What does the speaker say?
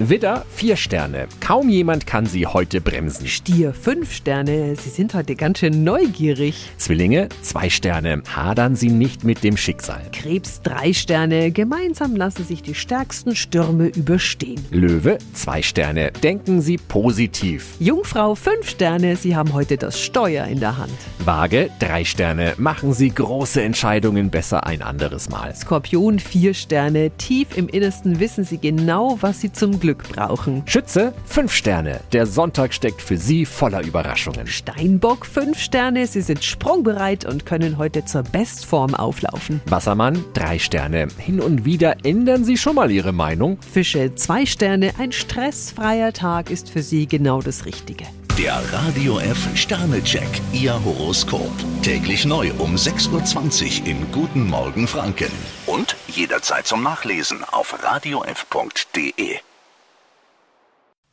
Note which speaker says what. Speaker 1: Widder, vier Sterne. Kaum jemand kann sie heute bremsen.
Speaker 2: Stier, fünf Sterne. Sie sind heute ganz schön neugierig.
Speaker 1: Zwillinge, zwei Sterne. Hadern sie nicht mit dem Schicksal.
Speaker 2: Krebs, drei Sterne. Gemeinsam lassen sich die stärksten Stürme überstehen.
Speaker 1: Löwe, zwei Sterne. Denken sie positiv.
Speaker 2: Jungfrau, fünf Sterne. Sie haben heute das Steuer in der Hand.
Speaker 1: Waage, drei Sterne. Machen sie große Entscheidungen besser ein anderes Mal.
Speaker 2: Skorpion, vier Sterne. Tief im Innersten wissen Sie genau, was Sie zum Glück brauchen.
Speaker 1: Schütze, fünf Sterne. Der Sonntag steckt für sie voller Überraschungen.
Speaker 2: Steinbock, fünf Sterne. Sie sind sprungbereit und können heute zur Bestform auflaufen.
Speaker 1: Wassermann, drei Sterne. Hin und wieder ändern sie schon mal ihre Meinung.
Speaker 2: Fische, zwei Sterne. Ein stressfreier Tag ist für Sie genau das Richtige.
Speaker 3: Der Radio F Sternecheck, Ihr Horoskop. Täglich neu um 6.20 Uhr im Guten Morgen Franken. Und jederzeit zum Nachlesen auf radiof.de.